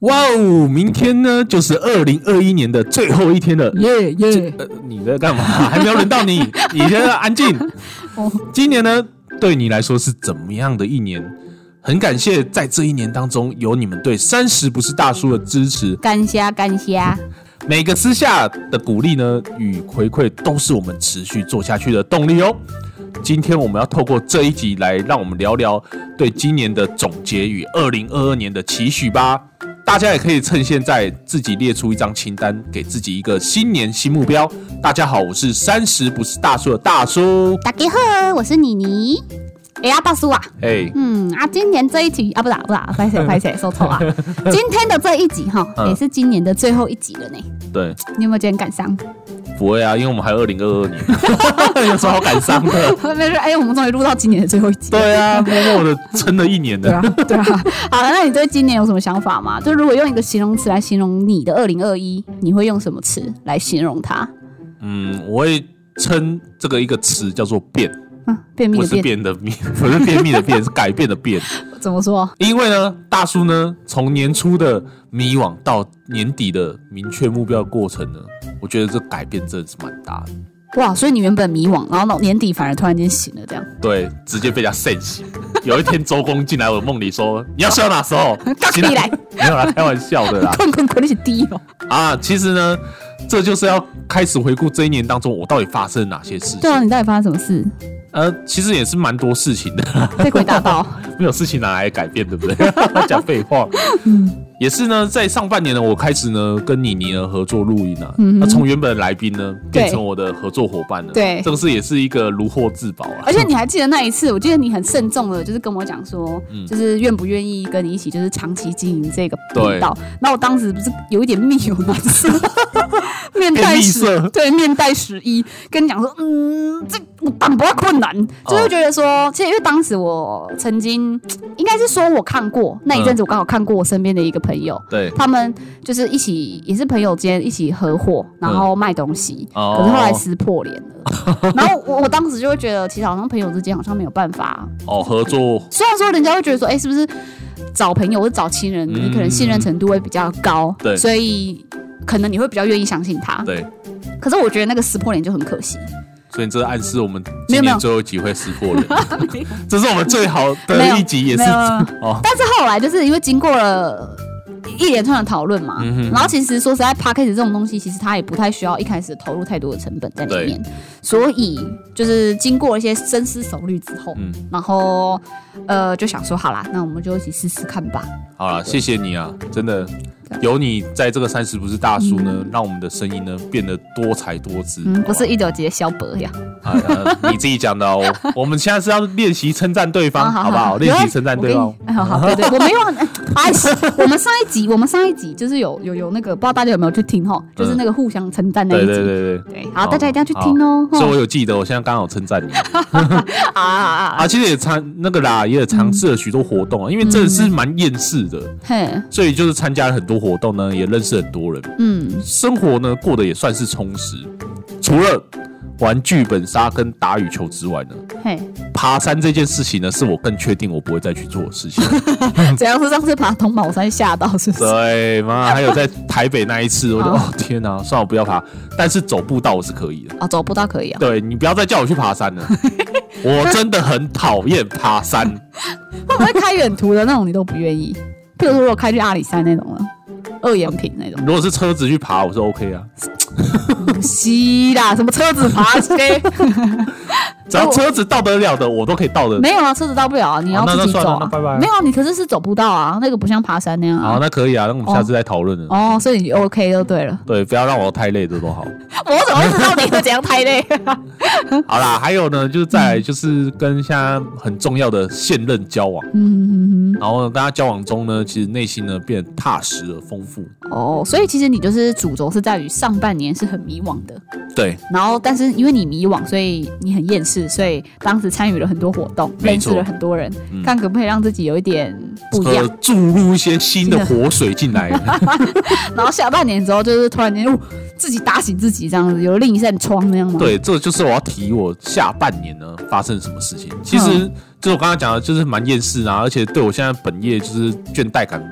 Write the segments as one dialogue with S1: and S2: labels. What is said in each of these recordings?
S1: 哇哦，明天呢就是二零二一年的最后一天了。
S2: 耶耶！
S1: 呃，你在干嘛？ 还没有轮到你，你现在安静。
S2: 哦，
S1: 今年呢，对你来说是怎么样的一年？很感谢在这一年当中有你们对三十不是大叔的支持，
S2: 干虾干虾，
S1: 每个私下的鼓励呢与回馈都是我们持续做下去的动力哦。今天我们要透过这一集来让我们聊聊对今年的总结与二零二二年的期许吧。大家也可以趁现在自己列出一张清单，给自己一个新年新目标。大家好，我是三十不是大叔的大叔，
S2: 大家好，我是妮妮。哎呀，大叔啊，
S1: 哎、
S2: 嗯啊，今年这一集啊，不啦不啦，拍 谁拍谁，说错啊。今天的这一集哈，
S1: 嗯
S2: 也是今年的最后一集了呢。
S1: 对，
S2: 你有没有觉得很感伤？
S1: 不会啊，因为我们还有二零二二年， 有什么好感伤的？
S2: 没事，哎，我们终于录到今年的最后一集。
S1: 对啊，默默的撑了一年
S2: 对
S1: 的。
S2: 啊，对啊。 好了，那你对今年有什么想法吗？就如果用一个形容词来形容你的二零二一，你会用什么词来形容它？
S1: 嗯，我会称这个一个词叫做变，
S2: 嗯，便秘
S1: 不
S2: 的
S1: 是
S2: 便，
S1: 变的变， 不是便秘的变，是改变的 变。
S2: 怎么说？
S1: 因为呢，大叔呢，从年初的迷惘到年底的明确目标的过程呢，我觉得这改变真的是蛮大的。
S2: 哇，所以你原本迷惘，然后到年底反而突然间醒了，这 样。
S1: 对，直接被人家扇 醒。有一天周公进来我的梦里说：“你要笑哪时候？ 起
S2: 你来
S1: 来！”没有啦，开玩笑的啦。
S2: 困困困，你是低哦。
S1: 啊，其实呢，这就是要开始回顾这一年当中我到底发生了哪些事
S2: 对啊，
S1: 情。
S2: 你到底发生什么事？
S1: 呃，其实也是蛮多事情的，
S2: 被鬼打到？
S1: 没有事情拿来改变，对不 对？讲废话。也是呢，在上半年呢，我开始呢跟妮妮呢合作录音啊，
S2: 嗯哼
S1: 那从原本的来宾呢
S2: 对
S1: 变成我的合作伙伴了，
S2: 对
S1: 这个是也是一个如获至宝啊
S2: 而。且你还记得那一次？我记得你很慎重的，就是跟我讲说，
S1: 嗯
S2: 就是愿不愿意跟你一起，就是长期经营这个频
S1: 对
S2: 道。那我当时不是有一点密友难色， 面带
S1: 变哎密
S2: 十
S1: 色
S2: 对面带十一，跟你讲说，嗯，这我挡不到困难，就会觉得说，其实因为当时我曾经应该是说我看过那一阵子，
S1: 嗯
S2: 我刚好看过我身边的一个朋友，
S1: 对，
S2: 他们就是一起也是朋友间一起合伙，然后卖东西，
S1: 嗯哦
S2: 可是后来撕破 脸了。然后我我当时就会觉得，其实好像朋友之间好像没有办法。
S1: 哦，合作
S2: 虽然说人家会觉得说，哎、是不是找朋友或者找亲人，
S1: 嗯
S2: 你可能信任程度会比较高，
S1: 对
S2: 所以可能你会比较愿意相信他。
S1: 对，
S2: 可是我觉得那个撕破脸就很可惜。
S1: 所以这暗示我们
S2: 没
S1: 今
S2: 有没
S1: 年
S2: 有
S1: 最后一集会识破人， 这是我们最好的一集，也是
S2: 没有没有
S1: 哦，
S2: 但是后来就是因为经过了。一连串的讨论嘛，
S1: 嗯哼
S2: 然后其实说实在 p a c k a g e 这种东西，其实它也不太需要一开始投入太多的成本在里面，所以就是经过一些深思熟虑之后，
S1: 嗯
S2: 然后呃就想说好啦，那我们就一起试试看吧。
S1: 好了，谢谢你啊，真的有你在这个三十不是大叔呢，让我们的声音呢变得多才多姿。
S2: 嗯，不是
S1: 一
S2: 一九节小伯呀，
S1: 啊、啊你自己讲的 哦。我们现在是要练习称赞对方，
S2: 啊
S1: 好不好？
S2: 有
S1: 练
S2: 啊
S1: 习称赞对
S2: 我
S1: 方
S2: 跟。你哎好好， 对对，我没有，哎哎，我们上一集，我们上一集就是有有有那个，不知道大家有没有去听吼，就是那个互相称赞那一
S1: 嗯对
S2: 集。
S1: 对对对。
S2: 对好，大家一定要去听哦。吼
S1: 所以我有记得，我现在刚好称赞你
S2: 啊啊啊啊！
S1: 啊。其实也参那个啦，也有尝试了许多活动啊，
S2: 嗯
S1: 因为真的是蛮厌世的，
S2: 嘿，
S1: 所以就是参加了很多活动呢，也认识很多人。
S2: 嗯。
S1: 生活呢过得也算是充实，除了玩剧本杀跟打羽球之外呢，
S2: 嘿，
S1: 爬山这件事情呢，是我更确定我不会再去做的事情。
S2: 怎样是上次爬铜宝山吓到是不啊是？
S1: 对妈， 还有在台北那一次，我就
S2: 好
S1: 哦天哪、算了，我不要爬。但是走步道我是可以的。
S2: 啊，走步道可以啊，
S1: 对你不要再叫我去爬山 了，我真的很讨厌爬山。
S2: 会不会开远途的那种你都不愿意？譬如说，如果开去阿里山那种了，二眼坪那种，
S1: 如果是车子去爬，我是 OK 啊，
S2: 不稀啦，什么车子爬 山？
S1: 只要车子到得了的，我都可以到的。
S2: 没有啊，车子到不了啊，你要
S1: 哦那
S2: 自己
S1: 那算
S2: 走
S1: 了
S2: 啊
S1: 那拜拜。
S2: 没有啊，你可是是走步道啊，那个不像爬山那样
S1: 好，
S2: 啊。
S1: 那可以啊，那我们下次再讨论了。
S2: 哦，所以你 OK 就对了。
S1: 对，不要让我太累，这都好。
S2: 我怎么会知道你会怎样太累？
S1: 好啦，还有呢，就是
S2: 嗯
S1: 再来就是跟现在很重要的现任交往，
S2: 嗯嗯嗯
S1: 然后呢，大家交往中呢，其实内心呢变得踏实而丰富。
S2: 嗯。 哦，所以其实你就是主轴是在于上半年是很迷惘的，
S1: 对，
S2: 然后，但是因为你迷惘，所以你很厌世，所以当时参与了很多活动，
S1: 没
S2: 认识
S1: 错
S2: 了很多人，
S1: 嗯
S2: 看可不可以让自己有一点不一
S1: 呃
S2: 样。，
S1: 注入一些新的活水进 来。嗯
S2: 然后下半年之后，就是突然间、哦、自己打醒自己，这样子有另一扇窗那样吗？，
S1: 对，这就是我要提我下半年呢发生什么事情。其实就是我刚刚讲的，就是蛮厌世啊，而且对我现在本业就是倦怠感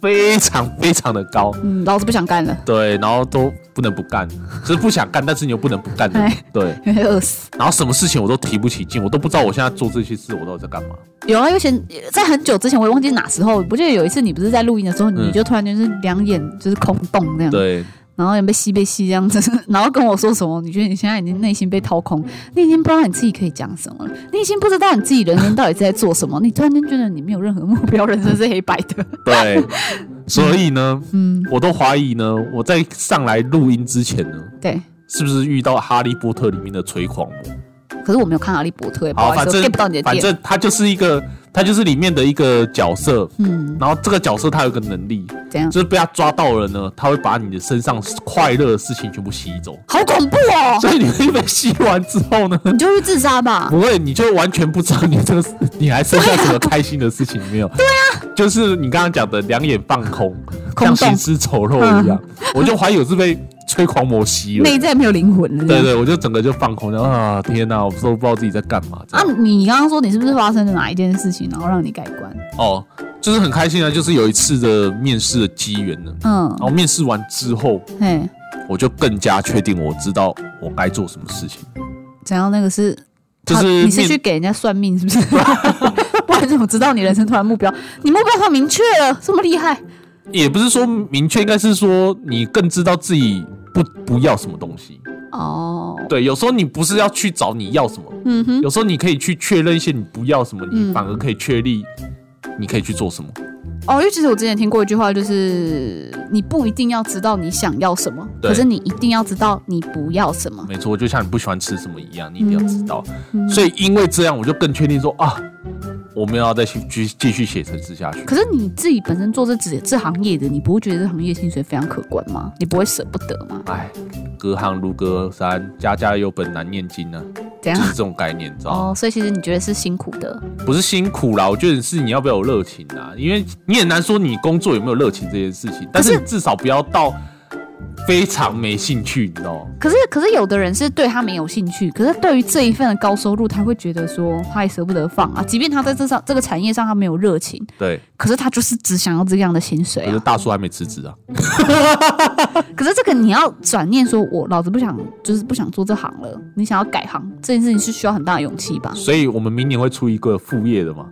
S1: 非常非常的高，
S2: 嗯，老子不想干了，
S1: 对，然后都不能不干，就是不想干，但是你又不能不 干的
S2: 哎，
S1: 对。
S2: 因为饿死。
S1: 然后什么事情我都提不起劲，我都不知道我现在做这些事我到底在干嘛。
S2: 有啊，有前在很久之前，我也忘记哪时候，我记得有一次你不是在录音的时候，
S1: 嗯
S2: 你就突然就是两眼就是空洞那样，
S1: 对，
S2: 然后也被吸被吸这样子， 然后跟我说什么？你觉得你现在
S1: 嗯
S2: 已经内心被掏空，你已经不知道你自己可以讲什么了，你已经不知道你自己人生到底在做什么，你突然间觉得你没有任何目标，人生是黑白的。
S1: 对， 所以呢，
S2: 嗯，
S1: 我都怀疑呢，我在上来录音之前呢，
S2: 对。
S1: 是不是遇到《哈利波特》里面的垂狂魔？
S2: 可是我没有看哈利波特，不
S1: 好，
S2: 好意
S1: 反
S2: 思，我
S1: 正
S2: get 不到你的
S1: 反
S2: 点。
S1: 正他就是一个，他就是里面的一个角色。
S2: 嗯，
S1: 然后这个角色他有一个能力，
S2: 怎样
S1: 就？是被他抓到了呢，他会把你的身上快乐的事情全部吸走，
S2: 好恐怖哦！
S1: 所以你会被吸完之后呢，
S2: 你就去自杀吧。
S1: 不会，你就完全不知道你这个你还剩下什么开心的事情 没有？对啊，就是你刚刚讲的两眼放空，
S2: 空
S1: 像
S2: 洞嗯
S1: 行尸走肉一样，我就怀疑我是被吹狂魔吸了。
S2: 内在没有灵魂了。
S1: 对对，我就整个就放空，然后啊天哪，我都不知道自己在干嘛。这
S2: 啊
S1: 样，
S2: 你刚刚说你是不是发生了哪一件事情，然后让你改观？
S1: 哦，就是很开心啊，就是有一次的面试的机缘呢。
S2: 嗯
S1: 然，后面试完之后，
S2: 嘿，
S1: 我就更加确定我知道我该做什么事情，
S2: 怎样？那个是
S1: 就
S2: 他
S1: 是
S2: 你是去
S1: 面
S2: 给人家算命 是不是？不然怎么知道你人生突然目标？你目标很明确了，这么厉害，
S1: 也不是说明确，应该是说你更知道自己不不要什么东西。
S2: 哦，
S1: 对，有时候你不是要去找你要什么，
S2: 嗯哼，
S1: 有时候你可以去确认一些你不要什么，你
S2: 嗯
S1: 反而可以确立你可以去做什么。
S2: 哦，因为其实我之前听过一句话，就是你不一定要知道你想要什么，
S1: 对
S2: 可是你一定要知道你不要什么。
S1: 没错，就像你不喜欢吃什么一样，你一定要知道。
S2: 嗯
S1: 所以因为这样，我就更确定说啊，我们要再去继继续写程式下去。
S2: 可是你自己本身做这职这行业的，你不会觉得这行业薪水非常可观吗？你不会舍不得吗？
S1: 哎，隔行如隔山，家家有本难念 经呢、
S2: 怎
S1: 啊，
S2: 样
S1: 就？是这种概念，你知道吗？
S2: 哦，所以其实你觉得是辛苦的，
S1: 不是辛苦啦，我觉得是你要不要有热情啊，因为你很难说你工作有没有热情这件事情，但是
S2: 可是
S1: 你至少不要到非常没兴趣，你知道吗？
S2: 可是可是有的人是对他没有兴趣，可是对于这一份的高收入，他会觉得说他也舍不得放啊，即便他在这上这个产业上他没有热情，
S1: 对，
S2: 可是他就是只想要这样的薪水
S1: 可是
S2: 啊。
S1: 大叔还没辞职啊。
S2: 可是这个你要转念说，我老子不想就是不想做这行了，你想要改行这件事情是需要很大的勇气吧？
S1: 所以我们明年会出一个副业的嘛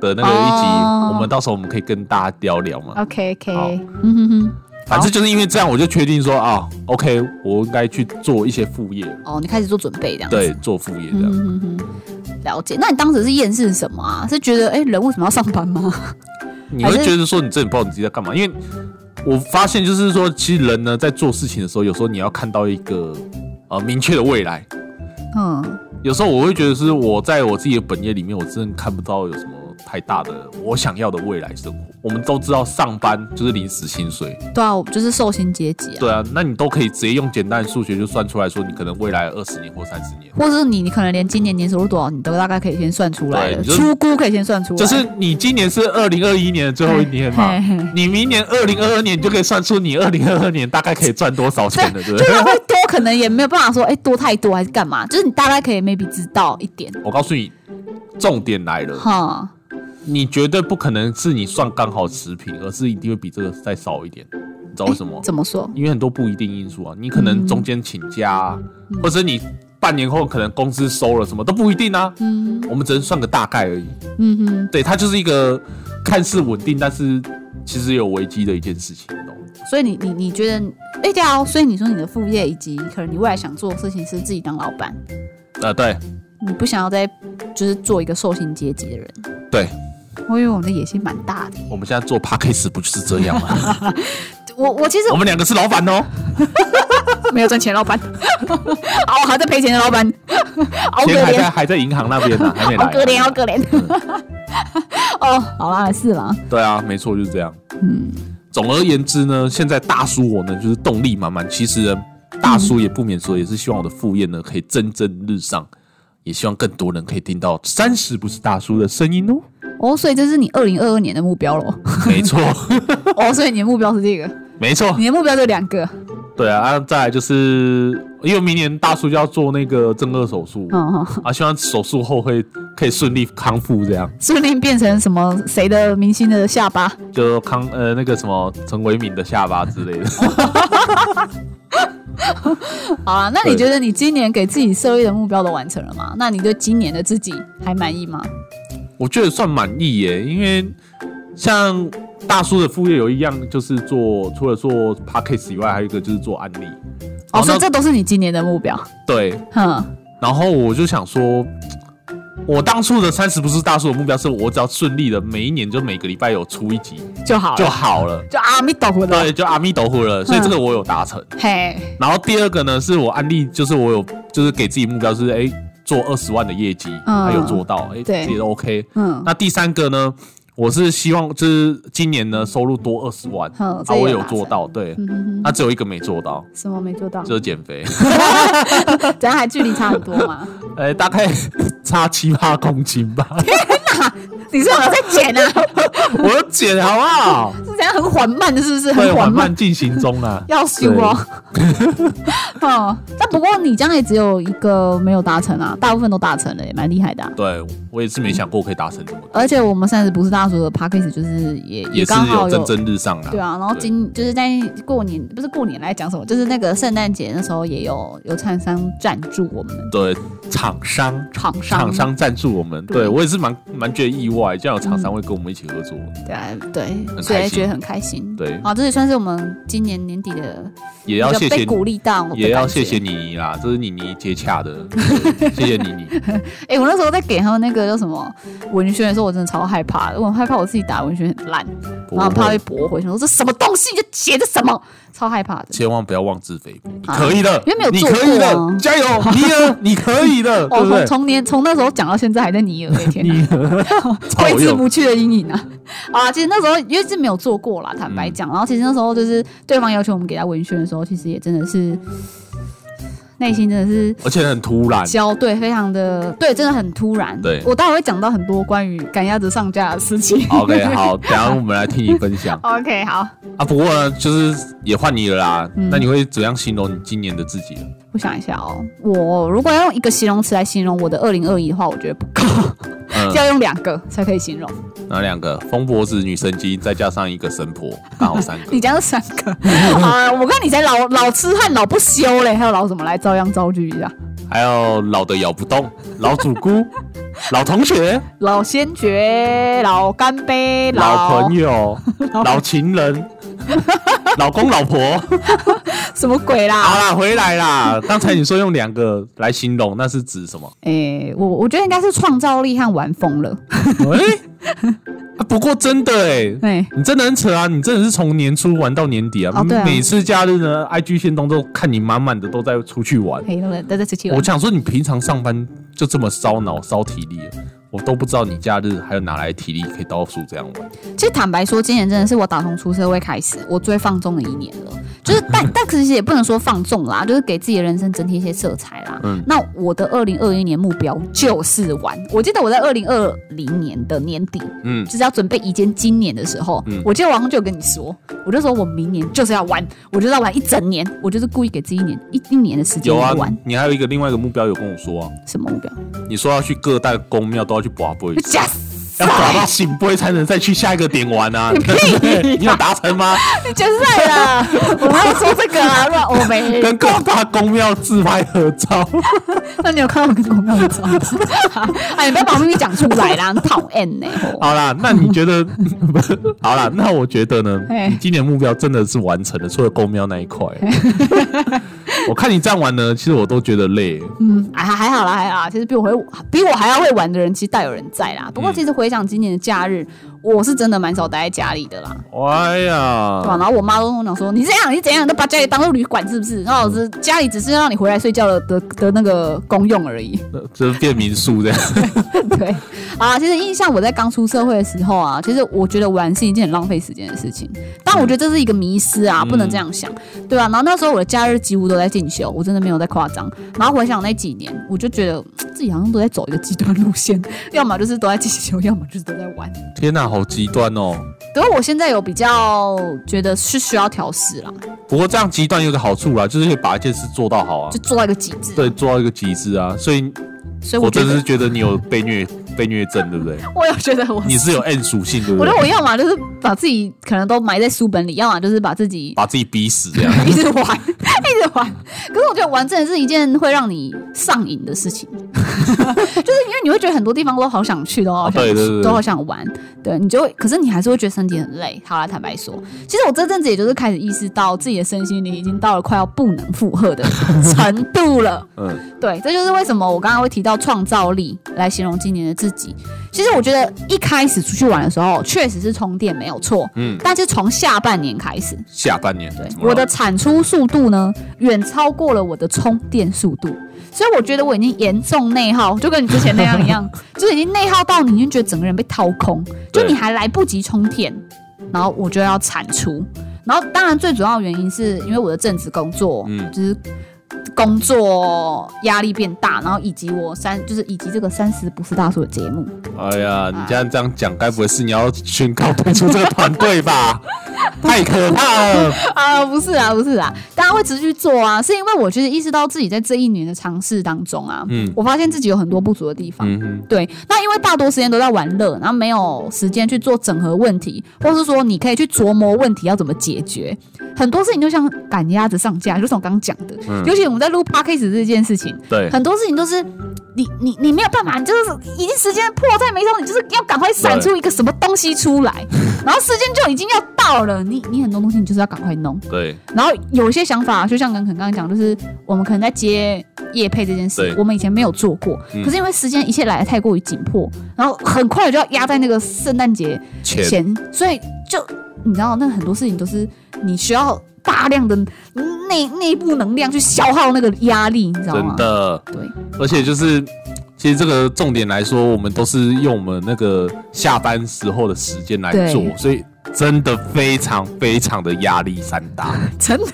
S1: 的那个一集，
S2: 哦
S1: 我们到时候我们可以跟大家聊聊嘛。
S2: OK OK，
S1: 啊好
S2: 嗯哼哼，
S1: 反正就是因为这样，我就确定说啊，OK，我应该去做一些副业，
S2: 哦，你开始做准备这样子。
S1: 对，做副业这
S2: 嗯
S1: 样。
S2: 哼哼哼，了解。那你当时是厌世什么啊？是觉得哎、诶人为什么要上班吗？
S1: 你会觉得说你真的不知道你自己在干嘛，因为我发现就是说，其实人呢在做事情的时候，有时候你要看到一个呃明确的未来。
S2: 嗯，
S1: 有时候我会觉得是我在我自己的本业里面，我真的看不到有什么太大的我想要的未来生活。我们都知道上班就是临时薪水，
S2: 对啊，我就是受薪阶级啊。
S1: 对啊，那你都可以直接用简单的数学就算出来说，你可能未来二十年或三十年，
S2: 或者是你，你可能连今年年收入多少，你都大概可以先算出来
S1: 对
S2: 了，
S1: 你就是
S2: 出估可以先算出来。
S1: 就是你今年是二零二一年的最后一年嘛
S2: 嘿嘿，
S1: 你明年二零二二年你就可以算出你二零二二年大概可以赚多少钱了，对不
S2: 就
S1: 对？
S2: 他会多，可能也没有办法说，哎、多太多还是干嘛？就是你大概可以 maybe 知道一点，
S1: 我告诉你，重点来了，
S2: 哈，
S1: 你绝对不可能是你算刚好持平，而是一定会比这个再少一点。你知道为什么
S2: 哎诶？怎么说？
S1: 因为很多不一定因素啊，你可能中间请假、啊，
S2: 嗯
S1: 或者你半年后可能公司收了，什么都不一定啊。
S2: 嗯
S1: 我们只能算个大概而已。
S2: 嗯哼，
S1: 对，它就是一个看似稳定，但是其实有危机的一件事情，你懂吗？
S2: 所以你你你觉得，哎、对啊，所以你说你的副业以及可能你未来想做的事情是自己当老板，
S1: 呃，对
S2: 你不想要再就是做一个受薪阶级的人。
S1: 对，
S2: 我以为我们的野心蛮大的，
S1: 我们现在做 p a c k a g e 不就是这样吗？
S2: 我我其实
S1: 我们两个是老板哦，
S2: 没有赚钱，老板， 熬还在赔钱的老板， 熬
S1: 钱
S2: 可
S1: 还
S2: 怜
S1: 在。还在银行那边呢、啊还没来、嗯
S2: 好可怜，好可怜。 哦，好啦，是啦，
S1: 对啊，没错，就是这样。
S2: 嗯，
S1: 总而言之呢，现在大叔我呢就是动力满满。其实呢，大叔也不免说，也是希望我的副业呢可以蒸蒸日上，也希望更多人可以听到三十不是大叔的声音哦。
S2: 哦，所以这是你二零二二年的目标咯。
S1: 没错，
S2: 哦，所以你的目标是这个，
S1: 没错，
S2: 你的目标就两个，
S1: 对啊，啊，再来就是因为明年大叔就要做那个正颌手术，
S2: 嗯，嗯
S1: 啊，希望手术后会可以顺利康复，这样
S2: 顺便变成什么谁的明星的下巴？
S1: 就康呃那个什么陈为民的下巴之类的。
S2: 好啊，那你
S1: 对
S2: 觉得你今年给自己设立的目标都完成了吗？那你对今年的自己还满意吗？
S1: 我觉得算满意耶，因为像大叔的副业有一样就是做，除了做 p a c k a g e 以外，还有一个就是做案例。
S2: 哦，
S1: 然后
S2: 所
S1: 那
S2: 以这都是你今年的目标。
S1: 对，
S2: 哼，
S1: 然后我就想说，我当初的三十不是大叔的目标，是我只要顺利的每一年就每个礼拜有出一集
S2: 就好了，嗯
S1: 就好了。
S2: 就阿弥陀佛的。
S1: 对，就阿弥陀佛了，所以这个我有达成。
S2: 嘿，
S1: 然后第二个呢，是我案例，就是我有就是给自己目标是哎、做二十万的业绩，
S2: 嗯
S1: 还有做到，哎、
S2: 对
S1: 也 OK。
S2: 嗯，
S1: 那第三个呢，我是希望就是今年呢收入多二十万，
S2: 嗯
S1: 啊
S2: 这也
S1: 我
S2: 有
S1: 有
S2: 达
S1: 做
S2: 成
S1: 到，对，
S2: 嗯哼哼
S1: 那只有一个没做到，
S2: 什么没做到？
S1: 就是减肥，
S2: 咱还距离差很多吗？
S1: 哎，大概差七八公斤吧，
S2: 你是我在减啊？
S1: 我有减好不好？
S2: 是这样很缓慢的，是不是？
S1: 对，
S2: 很
S1: 缓
S2: 缓慢。
S1: 慢进行中啊
S2: 要修哦。 哦，但不过你将也只有一个没有达成啊，大部分都达成了，也蛮厉害的啊、
S1: 对，我也是没想过可以达成这么，
S2: 而且我们三十不是大叔的 p a c k a g e 就是也
S1: 也是
S2: 刚好
S1: 有蒸蒸日上啊。
S2: 对啊，然后
S1: 对
S2: 今就是在过年，不是过年来讲什么，就是那个圣诞节那时候也有有厂商赞助我们
S1: 对，厂商。
S2: 厂商，
S1: 厂商赞助我们，
S2: 对嗯
S1: 对我也是蛮蛮觉得意外，这样有厂商会跟我们一起合作。
S2: 对啊对，
S1: 很
S2: 所
S1: 开
S2: 以
S1: 心
S2: 觉得很开心。
S1: 对，
S2: 好，这也算是我们今年年底的，
S1: 也要谢谢
S2: 哦被
S1: 你，
S2: 鼓励到，
S1: 也要谢谢。妮妮啦，这是妮妮接洽 的，对谢谢妮妮。
S2: 哎、我那时候在给他们那个叫什么文宣的时候，我真的超害怕的，我很害怕我自己打文宣很烂，
S1: 不
S2: 然后怕
S1: 会
S2: 被驳回，想说这什么东西，你这写的什么，超害怕的。
S1: 千万不要妄自菲薄，
S2: 啊
S1: 可以的，
S2: 因为没有
S1: 你
S2: 做过
S1: 可以
S2: 啊
S1: 的，加油，你 呢？你可以的，对
S2: 哦，
S1: 不对
S2: 从？从年从那时候讲到现在还在尼尔，天哪！
S1: 你
S2: 挥之
S1: 用
S2: 不去的阴影啊！啊，其实那时候因为是没有做过啦，坦白
S1: 嗯
S2: 讲，然后其实那时候就是对方要求我们给他文宣的时候，其实也真的是内心真的是
S1: 而且很突 然，
S2: 焦对，非常的对，真的很突然。
S1: 对
S2: 我待会会讲到很多关于赶鸭子上架的事情。
S1: OK，好，等一下我们来听你分享
S2: OK，好，
S1: 啊。不过呢，就是也换你了啦。
S2: 嗯
S1: 那你会怎样形容你今年的自己？
S2: 我想一下哦，我如果要用一个形容词来形容我的二零二一的话，我觉得不够，
S1: 嗯，
S2: 要用两个才可以形容。
S1: 哪两个？疯婆子、女神经，再加上一个神婆，刚好 三个
S2: 你。讲了三个啊！我看你才老老痴汉老不休嘞，还有老什么来照样造句一下，
S1: 还有老的咬不动，老主 顾，老同学，
S2: 老先觉、老干杯、
S1: 老朋
S2: 友
S1: 友，老情人，老公老婆。
S2: 什么鬼
S1: 好
S2: 啦？
S1: 啦，回来啦。 刚才你说用两个来形容，那是指什么？
S2: 诶、我我觉得应该是创造力和玩疯了。
S1: 哎、啊不过真的哎、
S2: 哎、
S1: 你真的很扯啊！你真的是从年初玩到年底啊！
S2: 哦对啊
S1: 每次假日呢，IG 线动都看你满满的都在出去玩。
S2: 可以了，大家出去玩
S1: 我。想说，你平常上班就这么烧脑、烧体力了，我都不知道你假日还有哪来体力可以到处这样玩。
S2: 其实坦白说，今年真的是我打从出社会开始，我最放纵的一年了。 就是但但其实也不能说放纵啦，就是给自己的人生整体一些色彩啦。
S1: 嗯
S2: 那我的二零二一年目标就是玩。我记得我在二零二零年的年底，
S1: 嗯，
S2: 就是要准备移间今年的时候，
S1: 嗯
S2: 我记得我好像就有跟你说，我就说我明年就是要玩，我就是要玩一整年，我就是故意给自己一年一一年的时间
S1: 有啊
S2: 来玩。，
S1: 你还有一个另外一个目标有跟我说啊，
S2: 什么目标？
S1: 你说要去各大公庙都要去拔杯
S2: 就，假
S1: 要拔 到醒杯才能再去下一个点玩啊！对不对 你有达成吗？
S2: 决赛啦！我没有说这个啊，乱欧 美。
S1: 跟各大公庙自拍合照，
S2: 那你有看到我跟广告的照片？哎，你不要把秘密讲出 来啦，很讨厌呢。吼
S1: 好啦，那你觉 得？不是好啦，那我觉得呢
S2: 嘿，
S1: 你今年目标真的是完成了，除了公庙那一块。 我看你这样玩呢，其实我都觉得累。
S2: 嗯，哎，还还好啦，还好啦。其实比我会比我还要会玩的人，其实大有人在啦。不过
S1: 嗯
S2: 其实回想今年的假日，我是真的蛮少待在家里的啦。
S1: 哎呀，
S2: 对吧？然后我妈都跟我讲说：“你这样，你怎样都把家里当做旅馆是不是？”然后我是家里只是让你回来睡觉的的的那个功用而已。
S1: 呃这变民宿这样。
S2: 对啊，其实印象我在刚出社会的时候啊，其实我觉得玩是一件很浪费时间的事情，但我觉得这是一个迷失啊，
S1: 嗯
S2: 不能这样想，对啊吧、然后那时候我的假日几乎都在进修，我真的没有在夸张。然后回想那几年，我就觉得嗯自己好像都在 走一个极端路线，要么就是都在进修，要么就是都在玩。
S1: 天哪、好极端哦！
S2: 不过我现在有比较觉得是需要调试啦，
S1: 不过这样极端有个好处啦，就是可以把一件事做到好啊
S2: 就，做到一个极致。
S1: 对，，做到一个极致啊。所以
S2: 所以
S1: 我
S2: 我觉
S1: 真的是
S2: 得
S1: 觉得你有被虐被虐症，对不对？
S2: 我有觉得我
S1: 你是有 N 属性，对不
S2: 我
S1: 对
S2: 觉得？我要么就是把自己可能都埋在书本里，要么就是把自己
S1: 把自己逼死这样。
S2: 一直玩，一直玩。可是我觉得玩真的是一件会让你上瘾的事情， 就是因为你会觉得很多地方都好想去，都好想去、
S1: 啊对对对对
S2: 都好想玩，对，你就会，可是你还是会觉得身体很累。好啦，坦白说，其实我这阵子也就是开始意识到自己的身心灵已经到了快要不能负荷的 程度了。
S1: 嗯，
S2: 对，这就是为什么我刚刚会提到创造力来形容今年的自己。其实我觉得一开始出去玩的时候，确实是充电没有错，
S1: 嗯
S2: 嗯，但是从下半年开始，
S1: 下半年
S2: 对
S1: 怎，么了
S2: 我的产出速度呢，远超过了我的充电速度，所以我觉得我已经严重内耗，就跟你之前那样一 样，就是已经内耗到你已经觉得整个人被掏空，就
S1: 对
S2: 你还来不及充电，然后我就要产出，然后当然最主要的原因是因为我的正职工作，
S1: 嗯
S2: 就是。工作压力变大，然后以及我三就是以及这个三十不是大叔的节目，
S1: 哎呀，你这样这样讲，该不会是你要宣告退出这个团队 吧？太可怕了！
S2: 啊，不是啊，不是啊，大家会持续做啊，是因为我觉得意识到自己在这一年的尝试当中啊，
S1: 嗯
S2: 我发现自己有很多不足的地方。
S1: 嗯哼，
S2: 对，那因为大多时间都在玩乐，然后没有时间去做整合问题，或是说你可以去琢磨问题要怎么解决。很多事情就像赶鸭子上架，就是我刚刚讲的，
S1: 嗯
S2: 尤其我们在录 podcast 这件事情，
S1: 对，
S2: 很多事情都是你你你没有办法，你就是已经时间迫在眉睫，你就是要赶快闪出一个什么东西出 来，然后时间就已经要到了，你你很多东西你就是要赶快弄。
S1: 对，
S2: 然后有一些想法，就像刚刚刚讲，就是我们可能在接业配这件事
S1: 对，
S2: 我们以前没有做过，
S1: 嗯
S2: 可是因为时间一切来的太过于紧迫，然后很快就要压在那个圣诞节
S1: 钱
S2: 前，所以就你知道，那很多事情都是你需要大量的内内部能量去消耗那个压力，你知道吗
S1: 真？的，
S2: 对，
S1: 而且就是，其实这个重点来说，我们都是用我们那个下班时候的时间来
S2: 对
S1: 做，所以真的非常非常的压力山 大。
S2: 真的，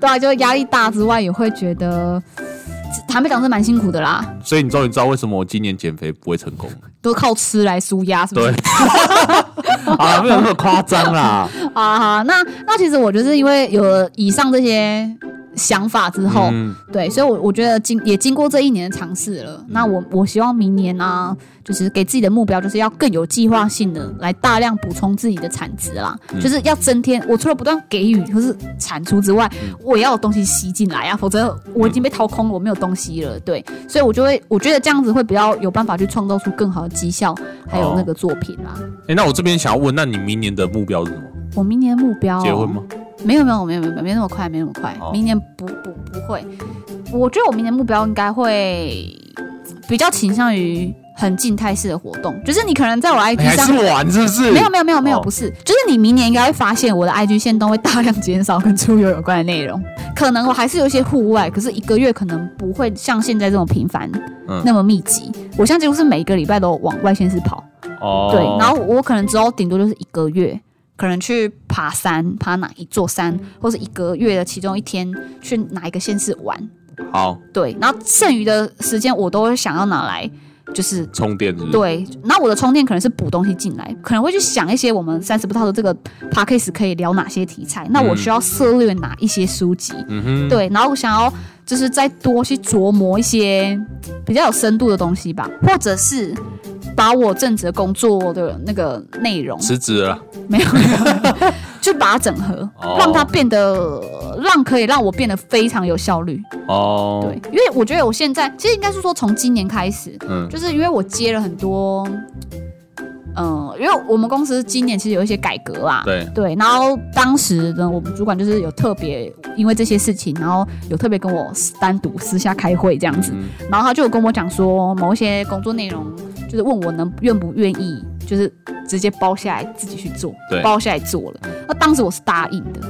S2: 对啊，就是压力大之外，也会觉得坦白讲是蛮辛苦的啦，
S1: 所以你终于知道为什么我今年减肥不会成功了。
S2: 都靠吃来舒压，是不 是
S1: 对？，啊，没有那么夸张啦。
S2: 啊，好那那其实我就是因为有了以上这些想法之后，
S1: 嗯，
S2: 对，所以我，我觉得经也经过这一年的尝试了。那我我希望明年呢、啊就是给自己的目标，就是要更有计划性的来大量补充自己的产值啦，
S1: 嗯
S2: 就是要增添。我除了不断给予或是产出之外，
S1: 嗯
S2: 我也要有东西吸进来啊，否则我已经被掏空了，我没有东西
S1: 嗯
S2: 了。对，所以我就会我觉得这样子会比较有办法去创造出更好的绩效，还有那个作品啦。
S1: 哎、那我这边想要问，那你明年的目标是什么？
S2: 我明年的目标、
S1: 结婚吗？
S2: 没有没有没有没有没那么快，没那么快，
S1: 哦
S2: 明年不不不会。我觉得我明年目标应该会比较倾向于很静态式的活动，就是哎你可能在我
S1: 你
S2: IG
S1: 哎还
S2: 上
S1: 是。玩是不是？
S2: 没有没有没有没有，
S1: 哦
S2: 不是，就是你明年应该会发现我的 IG 线动会大量减少跟出游有关的内容，可能我还是有一些户外，可是一个月可能不会像现在这么频繁，
S1: 嗯
S2: 那么密集。我现在几乎是每个礼拜都往外县市跑，
S1: 哦，
S2: 对，然后我可能之后顶多就是一个月，可能去爬山，爬哪一座山，或是一个月的其中一天去哪一个县市玩。
S1: 好
S2: 对，然后剩余的时间我都会想要拿来，就是
S1: 充电是不是？
S2: 对。那我的充电可能是补东西进来，可能会去想一些我们三十不套的这个 p a c k a g e 可以聊哪些题材，那我需要涉猎哪一些书籍。
S1: 嗯哼，
S2: 对，然后我想要就是再多去琢磨一些比较有深度的东西吧，或者是把我正职的工作的那个内容
S1: 辞职了。
S2: 没有，没 有就把它整合，
S1: 哦
S2: 让它变得让可以让我变得非常有效率。
S1: 哦，
S2: 对，，因为我觉得我现在其实应该是说从今年开始，
S1: 嗯
S2: 就是因为我接了很多，嗯、因为我们公司今年其实有一些改革啊，
S1: 对，
S2: 对，然后当时呢，我们主管就是有特别因为这些事情，然后有特别跟我单独私下开会这样子，
S1: 嗯
S2: 然后他就有跟我讲说某一些工作内容，就是问我能愿不愿意，就是直接包下来自己去做
S1: 对，嗯
S2: 包下来做了。那当时我是答应的，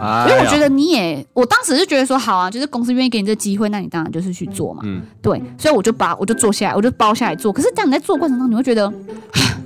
S1: 哎
S2: 因为我觉
S1: 呀，
S2: 得你也，我当时就觉得说好啊，就是公司愿意给你这个机会，那你当然就是去做嘛。
S1: 嗯，
S2: 对，所以我就把我就做下来，我就包下来做。可是当你在做的过程中，你会觉得，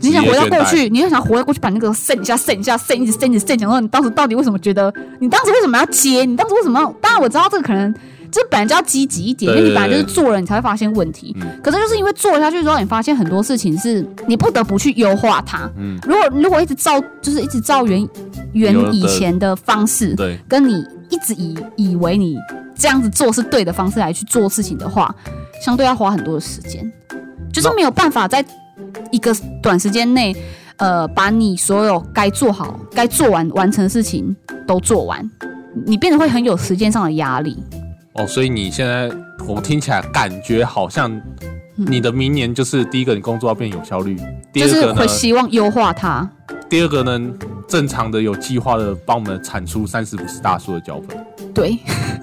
S2: 你想回到过
S1: 职
S2: 去，你又想回到过去，把那个剩一下、剩一下、剩一直剩一直剩，想说你当时到底为什么觉得，你当时为什么要接，你当时为什么要？当然我知道这个可能这本来就要积极一点，因为你本来就是做了，你才会发现问题。
S1: 嗯
S2: 可是就是因为做下去之后，你发现很多事情是你不得不去优化它。
S1: 嗯
S2: 如果如果一直照就是一直照原原
S1: 有的
S2: 以前的方式，
S1: 对，
S2: 跟你一直以以为你这样子做是对的方式来去做事情的话，相对要花很多的时间，就是
S1: 那
S2: 没有办法在一个短时间内，呃，把你所有该做好、该做完、完成的事情都做完，你变得会很有时间上的压力。
S1: 哦，所以你现在我听起来感觉好像你的明年就是第一个，你工作要变有效率；第
S2: 就
S1: 二
S2: 是
S1: 个呢
S2: 会，希望优化它，
S1: 第二个呢，正常的有计划的帮我们产出三十五十大叔的脚本，
S2: 对，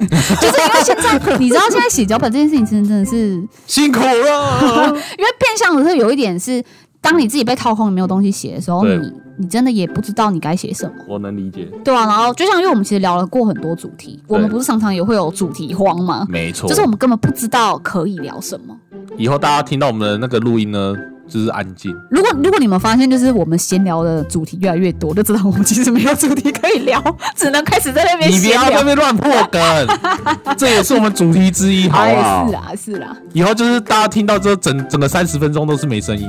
S2: 就是因为现在你知道现在写脚本这件事情真的真的是
S1: 辛苦了。
S2: 因为变相的是有一点是，当你自己被掏空，你没有东西写的时候，
S1: 对
S2: 你你真的也不知道你该写什么，
S1: 我能理解，
S2: 对啊，然后就像因为我们其实聊了过很多主题，我们不是常常也会有主题荒吗？
S1: 没错。
S2: 就是我们根本不知道可以聊什么。
S1: 以后大家听到我们的那个录音呢，就是安静。
S2: 如果如果你们发现就是我们闲聊的主题越来越多，就知道我们其实没有主题可以聊， 只能开始在那 边
S1: 你不
S2: 闲
S1: 要在那
S2: 聊。
S1: 边乱破 梗，这也是我们主题之一，好不
S2: 哎，
S1: 好
S2: 是？啊，是啊，
S1: 以后就是大家听到这整整个三十分钟都是没声音，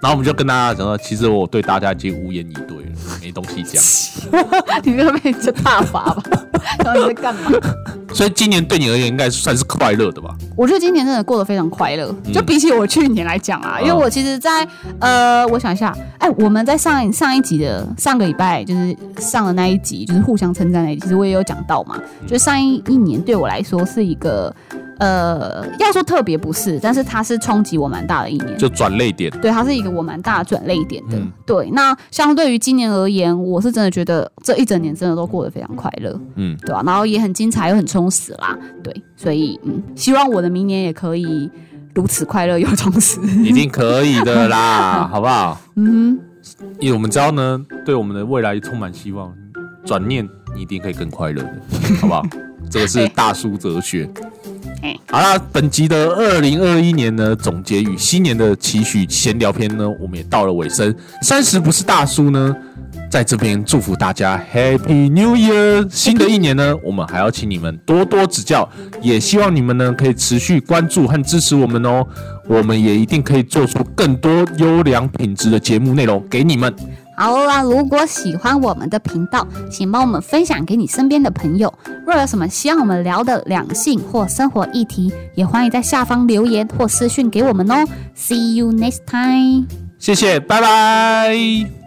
S1: 然后我们就跟大家讲说，其实我对大家已经无言以对了，没东西 讲。
S2: 你不要被人家大罚吧？然后你在干嘛？
S1: 所以今年对你而言应该算是快乐的吧？
S2: 我觉得今年真的过得非常快乐，就比起我去年来讲啊，
S1: 嗯
S2: 因为我其实在，呃，我想一下，哎，我们在上一上一集的上个礼拜就是上的那一集，就是互相称赞那一集，其实我也有讲到嘛，就是上一一年对我来说是一个，呃，要说特别不是，但是它是冲击我蛮大的一年。
S1: 就转泪点，
S2: 对，它是一个我蛮大的转泪点的。
S1: 嗯
S2: 对，那相对于今年而言，我是真的觉得这一整年真的都过得非常快乐。
S1: 嗯，
S2: 对吧、然后也很精彩，又很充实啦。对，所以嗯，希望我的明年也可以如此快乐又充实。
S1: 一定可以的啦，好不好？
S2: 嗯
S1: 因为我们知道呢，对我们的未来充满希望，转念你一定可以更快乐的， 好不好？这个是大叔哲学
S2: 哎。
S1: 好啦，本集的二零二一年呢总结与新年的期许闲聊篇呢，我们也到了尾声。三十不是大叔呢，在这边祝福大家 Happy New Year！新的一年呢，我们还要请你们多多指教，也希望你们呢可以持续关注和支持我们哦。我们也一定可以做出更多优良品质的节目内容给你们。
S2: 哼，好啦，如果喜欢我们的频道，请帮我们分享给你身边的朋友。若有什么希望我们聊的两性或生活议题，也欢迎在下方留言或私讯给我们哦。See you next time.
S1: 谢谢，拜拜。